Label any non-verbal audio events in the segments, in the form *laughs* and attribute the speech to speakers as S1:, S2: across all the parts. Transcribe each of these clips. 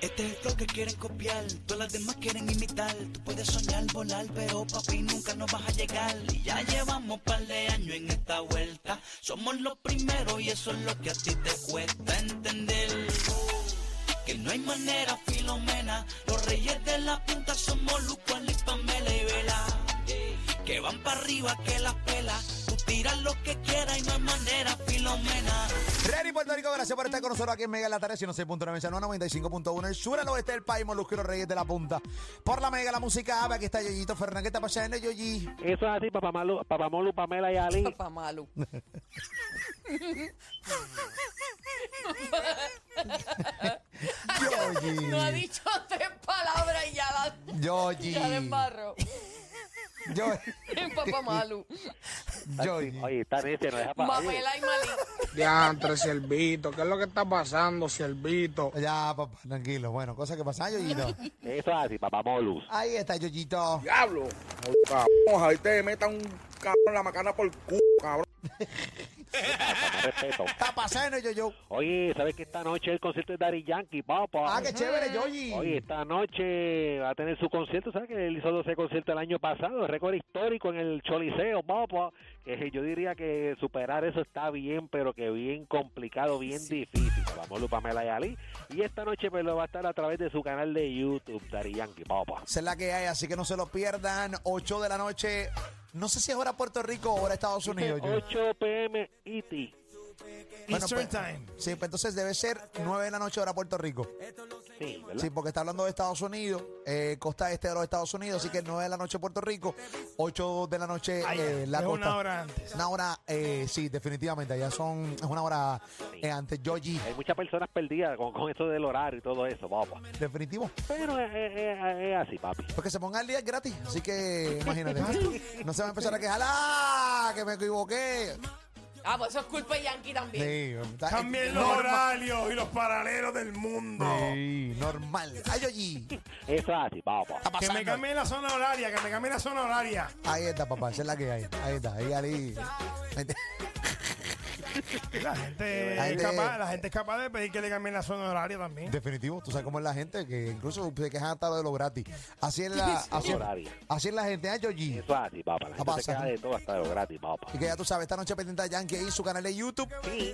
S1: Este es lo que quieren copiar, todas las demás quieren imitar. Tú puedes soñar, volar, pero papi nunca nos vas a llegar. Y ya llevamos par de años en esta vuelta. Somos los primeros y eso es lo que a ti te cuesta entender. Que no hay manera, Filomena. Los reyes de la punta somos Lucas, Liz, Pamela y Vela. Que van para arriba, que las pelas. Tú tiras lo que quieras y no hay manera, Filomena.
S2: Ready Puerto Rico, gracias por estar con nosotros aquí en Mega La Tarea, 106.9 Mensano, 95.1 El sur, el oeste del país, Molusquero Reyes de la Punta Por la Mega, la música ABA, aquí está Yoyito Fernández ¿Qué está pasando, Yoyi?
S3: Eso es así, papá Malu, papá Molu, Pamela
S2: *laughs*
S3: y Ali.
S4: Papá Malu.
S2: Yoyi,
S4: No ha dicho tres palabras y ya la,
S2: Yoyi
S4: ya la embarró.
S3: *laughs*
S2: Yo-
S4: Papá Malu.
S2: Yoyi
S3: Oye, está necio, no deja para
S4: Mamela y Malí.
S5: Diantre, Siervito, ¿qué es lo que está pasando, Siervito?
S2: Ya, papá, tranquilo Bueno, cosas que pasan, Yoyito
S3: Eso es así, papá Molu. *laughs*
S2: Ahí está, Yoyito
S5: Diablo, cabrón, ahí te meta un cabrón la macana por culo, cabrón.
S3: Papá, respeto.
S2: Está pasando, Yoyo
S3: Oye, ¿sabes que esta noche el concierto de Daddy Yankee, papá?
S2: Ah, qué chévere,
S3: Oye,
S2: Yoyi
S3: esta noche va a tener su concierto, ¿sabes? Que él hizo 12 conciertos el año pasado, el récord histórico en el Choliseo, papá. Que yo diría que superar eso está bien, pero que bien complicado, bien difícil. Vamos, Lupa Pamela y Ali. Y esta noche pues lo va a estar a través de su canal de YouTube, Daddy Yankee, papá.
S2: Esa es la que hay, así que no se lo pierdan 8 de la noche No sé si es hora Puerto Rico o hora Estados Unidos, Yoyi
S3: 8 p.m. IT.
S2: Bueno, pues, Sí, pues entonces debe ser 9 de la noche hora Puerto Rico.
S3: Sí, ¿verdad?
S2: Sí, porque está hablando de Estados Unidos, eh, costa este de los Estados Unidos, así que 9 de la noche Puerto Rico, 8 de la noche eh, la
S6: es
S2: costa.
S6: una hora antes.
S2: Una hora, eh, sí, definitivamente, ya son, es una hora eh, antes. Yogi,
S3: Hay muchas personas perdidas con, con eso del horario y todo eso, papá.
S2: definitivo.
S3: Pero es, es- es- es así, papi.
S2: Porque se ponga el día es gratis, así que
S6: *laughs*
S2: imagínate. no se va a empezar a quejar, ¡ah! Que me equivoqué.
S4: Ah, pues eso es culpa de Yankee también.
S2: Sí, está-
S6: También los
S2: normal.
S6: horarios y los paralelos del mundo.
S2: Sí, normal. Ay, Yogi,
S3: Eso es así, papá.
S2: está
S6: Que me
S2: pasando.
S6: cambien la zona horaria, que me cambien la zona horaria.
S2: Ahí está, papá, esa es la que hay. Ahí está, ahí, ahí. Ahí está.
S6: La gente,
S2: La
S6: es
S2: gente-
S6: capaz, la gente es capaz de pedir que le cambien la zona horaria también.
S2: Definitivo, tú sabes cómo es la gente, que incluso se quejan hasta de lo gratis. Así es
S3: *laughs*
S2: la, así,
S3: Horaria.
S2: así es la gente, ay, Yoyi.
S3: Eso es así, papá.
S2: Ah,
S3: La gente se
S2: pasa.
S3: queda de todo hasta lo gratis, papá.
S2: Y que ya tú sabes, esta noche pendiente de Yankee ahí, su canal de YouTube,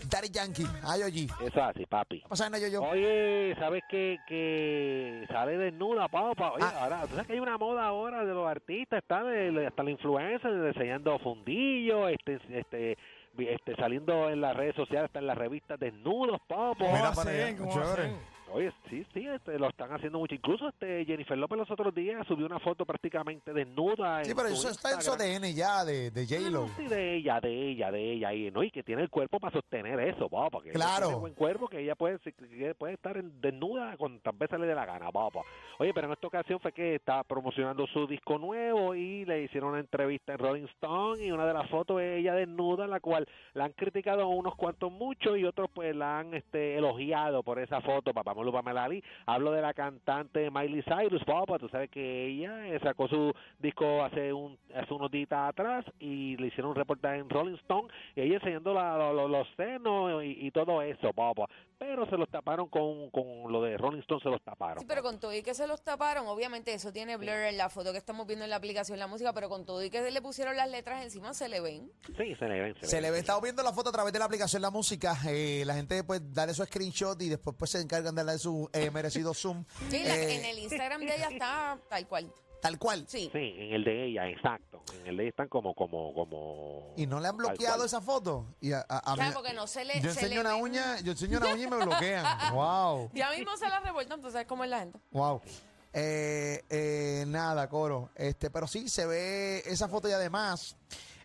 S2: Daddy Yankee, ay, Yoyi. ¿Qué
S3: Eso es así, papi.
S2: pasa, Ana, Yoyo?
S3: Oye, ¿sabes que, que sale desnuda, papá? Oye,
S2: Ah.
S3: ahora, tú sabes que hay una moda ahora de los artistas, está de, de- hasta la influencer diseñando fundillos, este, este, vi- este, saliendo en las redes sociales, hasta en las revistas desnudos, papá.
S2: Mira
S6: ¿Cómo
S2: para allá,
S6: hacen? ¿Cómo
S2: chévere.
S6: hacen?
S3: Oye, sí, sí, este, lo están haciendo mucho. Incluso este Jennifer López los otros días subió una foto prácticamente desnuda.
S2: Sí,
S3: en
S2: pero
S3: su
S2: eso está en su
S3: Instagram. Ah,
S2: ADN ya, de, de J-Lo.
S3: Sí, de ella, de ella, de ella, y, ¿no? y que tiene el cuerpo para sostener eso, papá. Que
S2: Claro.
S3: ella Tiene buen cuerpo que ella puede, si- que puede estar en- desnuda cuantas veces le dé la gana, papá. Oye, pero en esta ocasión fue que estaba promocionando su disco nuevo y le hicieron una entrevista en Rolling Stone y una de las fotos es ella desnuda, la cual la han criticado unos cuantos mucho y otros pues la han este, elogiado por esa foto, papá Molu Pamela Ali. Hablo de la cantante Miley Cyrus, papá, tú sabes que ella eh, sacó su disco hace un hace unos días atrás y le hicieron un reportaje en Rolling Stone y ella enseñando la- lo- lo- los senos y, y todo eso, papá. Pero se los taparon con, con lo de Rolling Stone, se los taparon.
S4: Sí, pero
S3: papá.
S4: con todo y que se los taparon, obviamente eso tiene blur en la foto que estamos viendo en la aplicación, la música, pero con todo y que le pusieron las letras encima, se le ven.
S3: Sí, se le ven, se,
S2: Se le
S3: ven.
S2: ve, estado viendo la foto a través de la aplicación La Música. eh, la gente, pues, dale su screenshot y después, pues, se encargan de darle su eh, merecido zoom.
S4: Sí, la-
S2: eh,
S4: en el Instagram de ella está tal cual.
S2: Tal cual.
S4: Sí.
S3: Sí, en el de ella, exacto. En el de ella están como, como, como...
S2: Y no le han
S3: tal
S2: bloqueado
S3: cual.
S2: esa foto. Y a, a- a
S4: Claro,
S2: mí-
S4: porque no se le.
S2: Yo
S4: se le
S2: enseño una
S4: ven-
S2: uña, yo enseño una uña y me
S4: *laughs*
S2: bloquean. Wow,
S4: Ya mismo se la revueltan, tú sabes cómo es la gente.
S2: wow. Eh, eh, nada, coro. Este, pero sí se ve esa foto y además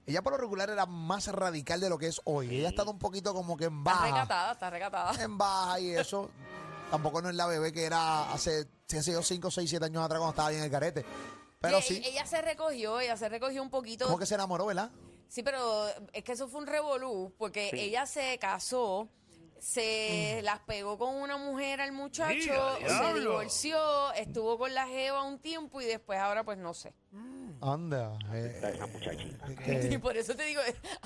S2: ella por lo regular era más radical de lo que es hoy. Ella ha estado un poquito como que en
S4: Está
S2: baja,
S4: recatada, está recatada.
S2: en baja y eso. Tampoco no es la bebé que era hace 5, 6, 7 años atrás cuando estaba bien en el carete. Pero
S4: Sí,
S2: sí,
S4: e- Ella se recogió, ella se recogió un poquito.
S2: como que se enamoró, ¿verdad?
S4: Sí, pero es que eso fue un revolú, porque
S3: Sí.
S4: ella se casó,
S2: Mm.
S4: se las pegó con una mujer al muchacho,
S6: Mira,
S4: se
S6: diablo.
S4: divorció, estuvo con la Jeva un tiempo y después ahora pues no sé.
S2: Anda. eh,
S3: Está esa muchachita.
S4: *laughs* Y
S2: que-
S4: por eso te digo,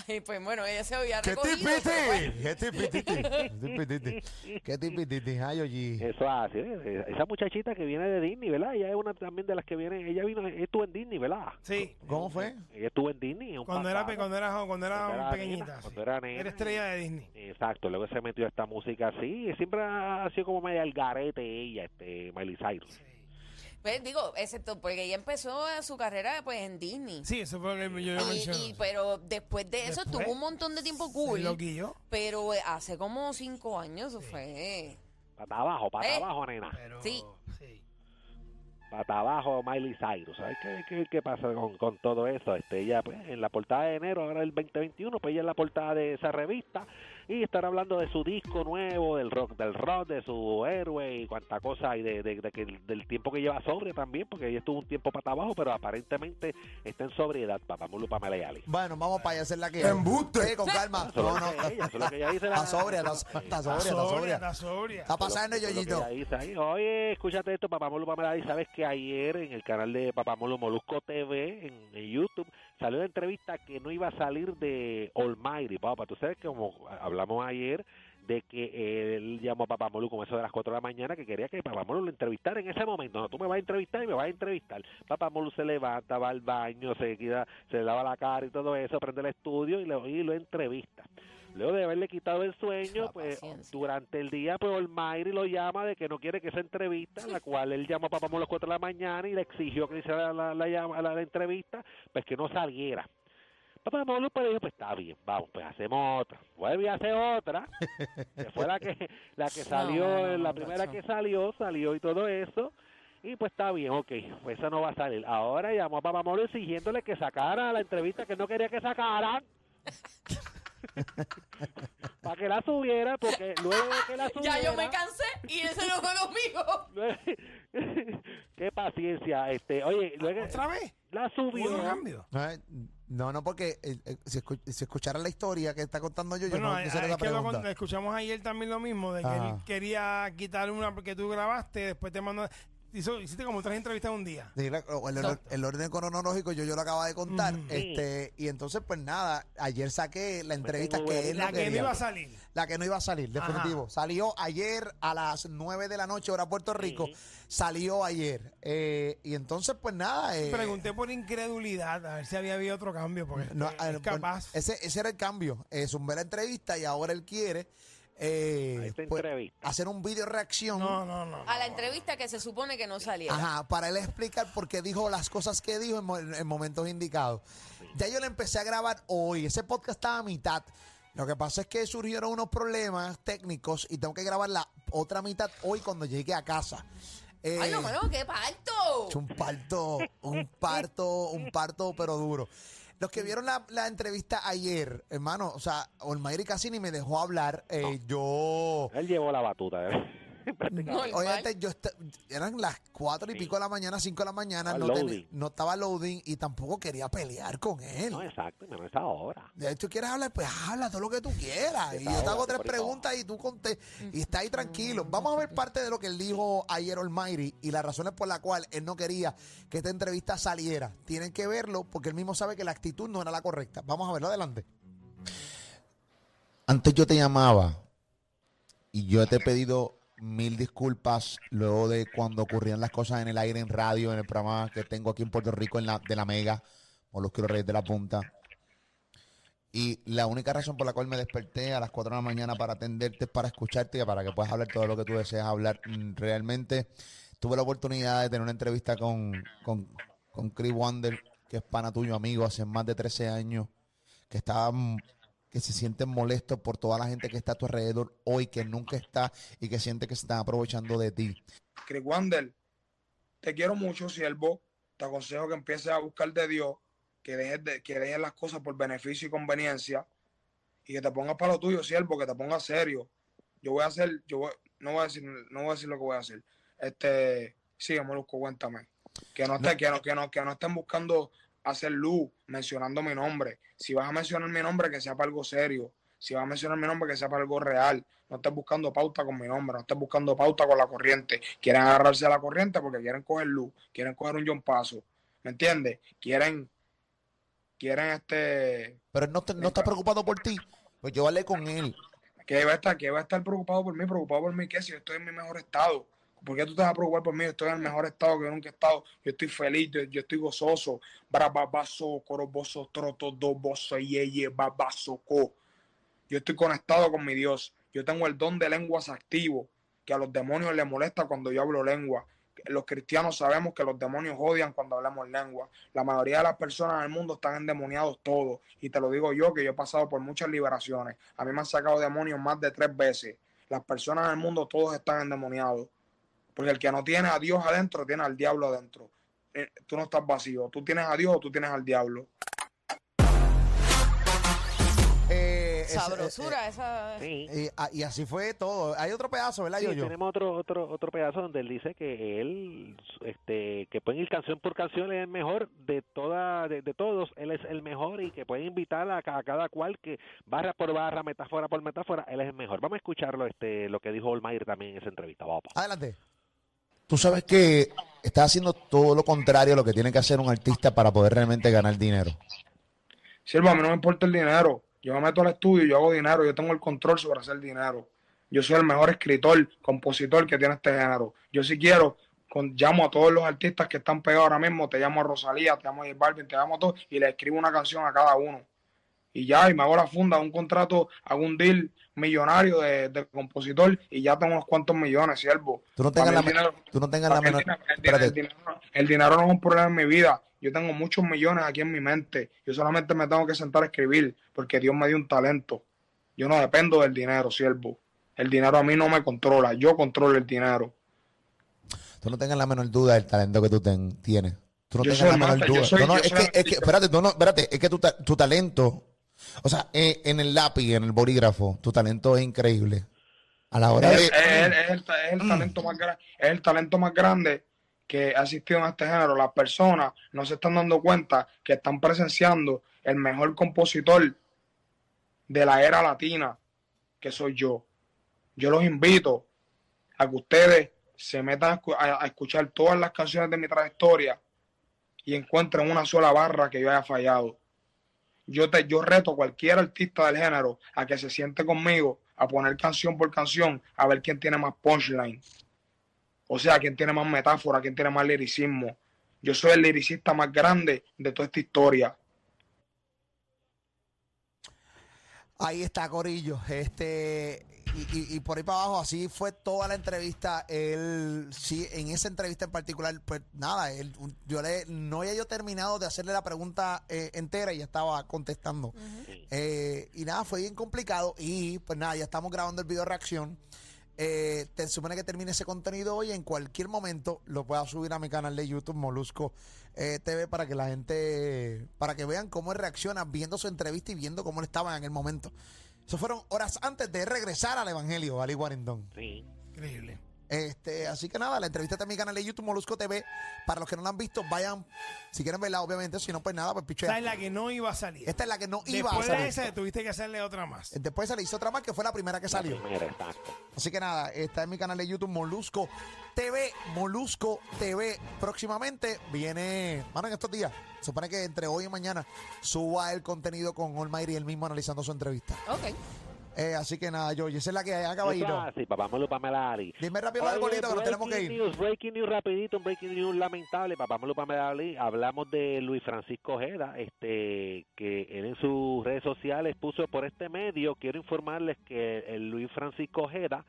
S4: ay, pues bueno, ella se había
S2: ¿Qué
S4: recogido. pero bueno.
S2: tipititi? ¿Qué tipititi? ¿Qué tipititi? ¿Qué tipititi? Ay, oye.
S3: Eso así, ¿eh? esa muchachita que viene de Disney, ¿verdad? Ella es una también de las que viene, ella vino, ella estuvo en Disney, ¿verdad?
S6: Sí.
S2: ¿Cómo fue?
S3: Ella estuvo en Disney. un
S6: Cuando era,
S3: pasado.
S6: pe- cuando era, jo- cuando era,
S3: Cuando era
S6: pequeñita.
S3: nena,
S6: sí.
S3: cuando era nena.
S6: estrella de Disney.
S3: Exacto, luego se metió a esta música así, y siempre ha sido como media el garete ella, este, Miley Cyrus.
S4: Pues digo, excepto porque ella empezó su carrera pues en Disney.
S6: Sí, eso fue lo que yo le
S4: Y, pues,
S6: mencioné.
S4: y- pero después de eso
S6: Después,
S4: tuvo un montón de tiempo cool.
S6: Lo guilló.
S4: Pero eh, hace como cinco años eso fue.
S3: Pata abajo, pata
S4: Eh.
S3: abajo, nena.
S6: Pero,
S4: Sí.
S6: sí.
S3: Pata abajo, Miley Cyrus. ¿Sabes qué, qué, qué pasa con, con todo eso? Este, ella, pues, en la portada de enero, ahora el 2021, pues ella en la portada de esa revista y estar hablando de su disco nuevo, del rock, del rock, de su héroe y cuánta cosa, y de, de- de que, del tiempo que lleva sobria también, porque ella estuvo un tiempo pata abajo, pero aparentemente está en sobriedad, papá Mulu Pamela y Ali.
S2: Bueno, vamos para allá hacer la que. ¡Embuste! con *laughs* calma.
S3: Eso es lo
S2: No, no.
S3: que ella- eso es lo que ella dice, la-
S2: Está sobria, está so- está sobria, está sobria.
S6: Está sobria.
S2: Está pasando,
S3: Eso es lo que
S2: Yoyito.
S3: ella dice ahí. Oye, escúchate esto, Papamolo Pamela. Y sabes que ayer en el canal de Papamolo Molusco TV, en, en YouTube, salió la entrevista que no iba a salir de Almighty, papá. Tú sabes que como hablamos ayer de que él llamó a Papamolo como eso de las 4 de la mañana, que quería que Papamolo lo entrevistara en ese momento. No, tú me vas a entrevistar y me vas a entrevistar. Papamolo se levanta, va al baño, se queda, se lava la cara y todo eso, prende el estudio y lo, y lo entrevista. Luego de haberle quitado el sueño,
S4: La
S3: pues
S4: paciencia.
S3: durante el día, pues Olmairi lo llama de que no quiere que se entrevista, la cual él llamó a Papá Molo a las 4 de la mañana y le exigió que le hiciera la, la, llama- la- la entrevista, pues que no saliera. Papá Molo pues dijo, pues está bien, vamos, pues hacemos otra. Vuelve y hace otra, que fue la que, la que salió, eh,
S4: no, no,
S3: la
S4: no,
S3: primera
S4: Nacho.
S3: que salió, salió y todo eso. Y pues está bien, ok, pues esa no va a salir. Ahora llamó a Papá Molo exigiéndole que sacara la entrevista que no quería que sacaran. Para que la subiera, porque luego de que la subiera...
S4: *laughs* Ya yo me cansé y eso no fue conmigo.
S3: *laughs* Qué paciencia, este. Oye, luego
S6: ¿Otra vez?
S3: la subió.
S6: ¿Hubo cambio?
S2: Eh, No, no, porque eh, eh, si, escu- si escuchara la historia que está contando yo, yo
S6: Bueno,
S2: no
S6: eh,
S2: quisiera
S6: es
S2: esa
S6: que lo
S2: pregunta.
S6: con- escuchamos ayer también lo mismo, de que
S2: Ah.
S6: él quería quitar una porque tú grabaste, después te mandó... hizo- hiciste como tres entrevistas en un día.
S2: Sí, la- o- el, or- el orden cronológico yo, yo lo acaba de contar. este Y entonces, pues nada, ayer saqué la entrevista
S3: tengo
S2: que pues. él
S3: buena
S6: La
S2: no
S6: que no
S2: quería.
S6: iba a salir.
S2: La que no iba a salir,
S6: Ajá.
S2: definitivo. Salió ayer a las 9 de la noche, hora Puerto Rico. Salió ayer. Eh, y entonces, pues nada. eh,
S6: Pregunté por incredulidad, a ver si había habido otro cambio, porque
S2: no,
S6: este, es
S2: eh,
S6: capaz.
S2: bueno, ese, ese era el cambio. Eh, zumbé la entrevista y ahora él quiere eh,
S3: A esta
S2: pues,
S3: entrevista.
S2: hacer un video reacción.
S6: no, no, no.
S4: *laughs* A la
S6: no.
S4: entrevista que se supone que no salía.
S2: Ajá, para él explicar por qué dijo las cosas que dijo en, mo- en momentos indicados. Ya yo le empecé a grabar hoy. Ese podcast estaba a mitad. Lo que pasa es que surgieron unos problemas técnicos y tengo que grabar la otra mitad hoy cuando llegue a casa. Eh,
S4: Ay, no, mano, qué parto.
S2: es un parto, un parto, un parto, pero duro. Los que vieron la, la entrevista ayer, hermano, o sea, Olmairi Cassini me dejó hablar. eh, Yo.
S3: Él llevó la batuta. ¿eh? Prácticamente.
S4: Normal.
S2: Obviamente, yo esta- eran las cuatro y pico de la mañana, cinco de la mañana,
S3: Estaba
S2: no, teni-
S3: loading.
S2: no estaba loading y tampoco quería pelear con él.
S3: No, exacto, no es ahora.
S2: De hecho, quieres hablar, pues habla todo lo que tú quieras. Y yo te hago tres preguntas y tú conté. Y está ahí tranquilo. Vamos a ver parte de lo que él dijo ayer Almighty y las razones por las cuales él no quería que esta entrevista saliera. Tienen que verlo porque él mismo sabe que la actitud no era la correcta. Vamos a verlo adelante.
S7: Antes yo te llamaba y yo te he pedido mil disculpas luego de cuando ocurrían las cosas en el aire, en radio, en el programa que tengo aquí en Puerto Rico en la, de la Mega, Molusquero Reyes de la Punta. Y la única razón por la cual me desperté a las 4 de la mañana para atenderte es para escucharte y para que puedas hablar todo lo que tú deseas hablar. Mm, Realmente tuve la oportunidad de tener una entrevista con, con, con Chris Wander, que es pana tuyo, amigo, hace más de 13 años, que estaba mm, que se sienten molestos por toda la gente que está a tu alrededor hoy, que nunca está y que siente que se están aprovechando de ti.
S8: Chris Wander, te quiero mucho, siervo. Te aconsejo que empieces a buscar de Dios, que dejes, de- que dejes las cosas por beneficio y conveniencia y que te pongas para lo tuyo, siervo, que te pongas serio. Yo voy a hacer, yo voy- no, voy a decir, no voy a decir lo que voy a hacer. Este, sigue, Molusco, cuéntame. Que no, esté- que no- que no- que no estén buscando hacer luz mencionando mi nombre. Si vas a mencionar mi nombre, que sea para algo serio. Si vas a mencionar mi nombre, que sea para algo real. No estés buscando pauta con mi nombre, no estés buscando pauta con la corriente. Quieren agarrarse a la corriente porque quieren coger luz, quieren coger un John Paso. ¿Me entiendes? Quieren, quieren este,
S7: Pero él no, te- no está preocupado por ti. Pues yo hablé con él.
S8: que va a estar, que va a estar preocupado por mí, preocupado por mí, que si yo estoy en mi mejor estado. ¿Por qué tú te vas a preocupar por mí? Yo estoy en el mejor estado que yo nunca he estado. Yo estoy feliz, yo, yo estoy gozoso. Brababazo, coroboso, troto, doboso, yeye, babazoco. Yo estoy conectado con mi Dios. Yo tengo el don de lenguas activo, que a los demonios les molesta cuando yo hablo lengua. Los cristianos sabemos que los demonios odian cuando hablamos lengua. La mayoría de las personas en el mundo están endemoniados todos. Y te lo digo yo, que yo he pasado por muchas liberaciones. A mí me han sacado demonios más de tres veces. Las personas en el mundo todos están endemoniados. Porque el que no tiene a Dios adentro, tiene al diablo adentro. Eh, tú no estás vacío. Tú tienes a Dios o tú tienes al diablo.
S2: Eh, ese-
S4: Sabrosura, esa.
S2: eh,
S3: Sí.
S2: eh,
S7: ah,
S2: y- y así fue todo. Hay otro pedazo, ¿verdad,
S3: Sí,
S2: yo,
S3: tenemos otro, otro, otro pedazo donde él dice que él, este, que pueden ir canción por canción, él es el mejor de toda, de, de todos, él es el mejor y que pueden invitar a, ca- a cada cual que barra por barra, metáfora por metáfora, él es el mejor. Vamos a escucharlo, este, lo que dijo Olmair también en esa entrevista. Vamos.
S2: Adelante.
S7: Tú sabes que estás haciendo todo lo contrario a lo que tiene que hacer un artista para poder realmente ganar dinero.
S8: Silva, a mí no me importa el dinero. Yo me meto al estudio, yo hago dinero, yo tengo el control sobre hacer dinero. Yo soy el mejor escritor, compositor que tiene este género. Yo si quiero, con- llamo a todos los artistas que están pegados ahora mismo, te llamo a Rosalía, te llamo a J Balvin, te llamo a todos, y le escribo una canción a cada uno. Y ya, y me hago la funda, un contrato, hago un deal millonario de, de compositor, y ya tengo unos cuantos millones, siervo.
S7: Tú no
S8: Para
S7: tengas
S8: mí
S7: la,
S8: el dinero-
S7: me- tú no tengas la
S8: porque el
S7: menor.
S8: dinero- el
S7: espérate.
S8: dinero- El dinero- el dinero no es un problema en mi vida. Yo tengo muchos millones aquí en mi mente. Yo solamente me tengo que sentar a escribir porque Dios me dio un talento. Yo no dependo del dinero, siervo. El dinero a mí no me controla. Yo controlo el dinero.
S7: Tú no tengas la menor duda del talento que tú ten- tienes. Tú no
S8: Yo
S7: tengas
S8: soy
S7: la
S8: el
S7: menor
S8: máster, yo
S7: duda.
S8: soy-
S7: no, no,
S8: yo
S7: es
S8: soy
S7: que,
S8: el
S7: es que, espérate, no, no, espérate, es que tu, ta- tu talento, o sea, eh, en el lápiz, en el bolígrafo, tu talento es increíble. A la hora de.
S8: Es,
S7: Mm.
S8: es- es el, ta- es el talento más gra- es el talento más grande que ha existido en este género. Las personas no se están dando cuenta que están presenciando el mejor compositor de la era latina, que soy yo. Yo los invito a que ustedes se metan a escu- a, a escuchar todas las canciones de mi trayectoria y encuentren una sola barra que yo haya fallado. Yo, te, yo reto a cualquier artista del género a que se siente conmigo a poner canción por canción a ver quién tiene más punchline. O sea, quién tiene más metáfora, quién tiene más liricismo. Yo soy el liricista más grande de toda esta historia.
S2: Ahí está, Corillo. Este, y, y- y por ahí para abajo, así fue toda la entrevista. Él, sí, en esa entrevista en particular, pues nada, él, un- yo le, no había yo terminado de hacerle la pregunta eh, entera y ya estaba contestando. Eh, y nada, fue bien complicado. Y pues nada, ya estamos grabando el video reacción. Eh, te supone que termine ese contenido hoy. En cualquier momento lo pueda subir a mi canal de YouTube, Molusco eh, TV, para que la gente, para que vean cómo él reacciona viendo su entrevista y viendo cómo él estaba en el momento. Eso fueron horas antes de regresar al Evangelio, Ali Warrington.
S3: Sí.
S6: Increíble.
S2: Este, así que nada, la entrevista está en mi canal de YouTube, Molusco TV. Para los que no la han visto, vayan, si quieren verla, obviamente. Si no, pues nada, pues
S6: Esa es
S2: pichea.
S6: la que no iba a salir.
S2: Esta es la que no iba a
S6: Después
S2: salir.
S6: de esa tuviste que hacerle otra más.
S2: Después se le hizo otra más que fue la primera que salió.
S3: Primera, exacto.
S2: Así que nada, está en mi canal de YouTube Molusco TV, Molusco TV. Próximamente viene, mano, en estos días, supone que entre hoy y mañana suba el contenido con Olmairi y él mismo analizando su entrevista.
S4: Ok.
S2: Eh, así que nada, yo, y esa es la que hay, ah,
S3: Eso
S2: caballito.
S3: es así, papá, vámonos para Melari.
S2: Dime rápido los
S3: Oye, pues,
S2: arbolitos que nos tenemos que
S3: breaking
S2: ir.
S3: News, breaking news rapidito, un breaking news lamentable, papá Pamelo Pamela Hablamos de Luis Francisco Ojeda, este, que él en sus redes sociales puso por este medio, quiero informarles que el Luis Francisco Ojeda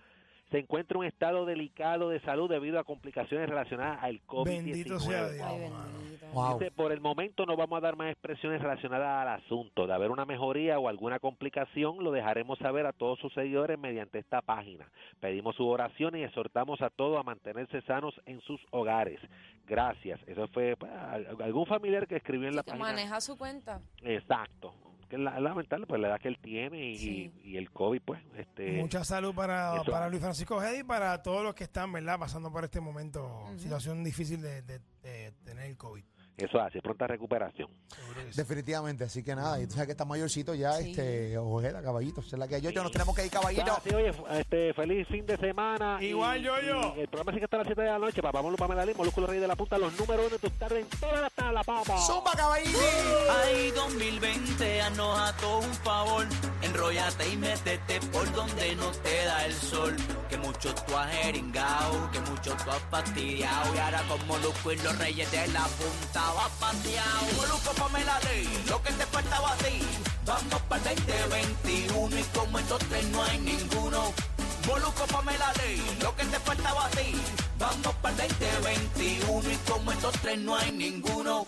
S3: se encuentra en un estado delicado de salud debido a complicaciones relacionadas al COVID-19.
S6: Bendito sea Dios.
S4: Ay,
S6: mano.
S4: bendito.
S2: Wow.
S3: Dice, por el momento no vamos a dar más expresiones relacionadas al asunto. De haber una mejoría o alguna complicación, lo dejaremos saber a todos sus seguidores mediante esta página. Pedimos su oración y exhortamos a todos a mantenerse sanos en sus hogares. Gracias. Eso fue pues, al- algún familiar que escribió en la
S4: que
S3: página.
S4: maneja su cuenta.
S3: Exacto. Que es la- es lamentable, pues la edad que él tiene y,
S4: Sí.
S3: y el COVID, pues. Este,
S6: Mucha salud para,
S3: eso.
S6: para Luis Francisco Ojeda y para todos los que están, ¿verdad? Pasando por este momento, situación difícil de, de- de tener el COVID.
S3: Eso es así, pronta recuperación.
S2: Definitivamente, así que nada, y tú sabes que está mayorcito ya,
S4: Sí.
S2: este, ojera, caballito, esa es la que yo, yo nos tenemos que ir, caballito.
S3: Ah, sí, oye, f- este, feliz fin de semana.
S6: Igual,
S3: Y-
S6: Yoyo.
S3: y El programa sigue hasta las 7 de la noche. Papá Molo, Pamela Lee, Molúsculo Rey de la Punta, los números uno de tus tardes en todas las tablas, papá.
S2: ¡Zumba, caballito!
S1: Ay, 2020, haznos a todos un favor. Enrollate y métete por donde no te da el sol. Que mucho tú has jeringao, que mucho tú has fastidiado. Y ahora con Molusco y los reyes de la punta vas pateado. Molusco, ponme la ley, lo que te faltaba a ti. Vamos para el 2021 y como estos tres no hay ninguno. Molusco, ponme la ley, lo que te faltaba a ti. Vamos para el 2021 y como estos tres no hay ninguno.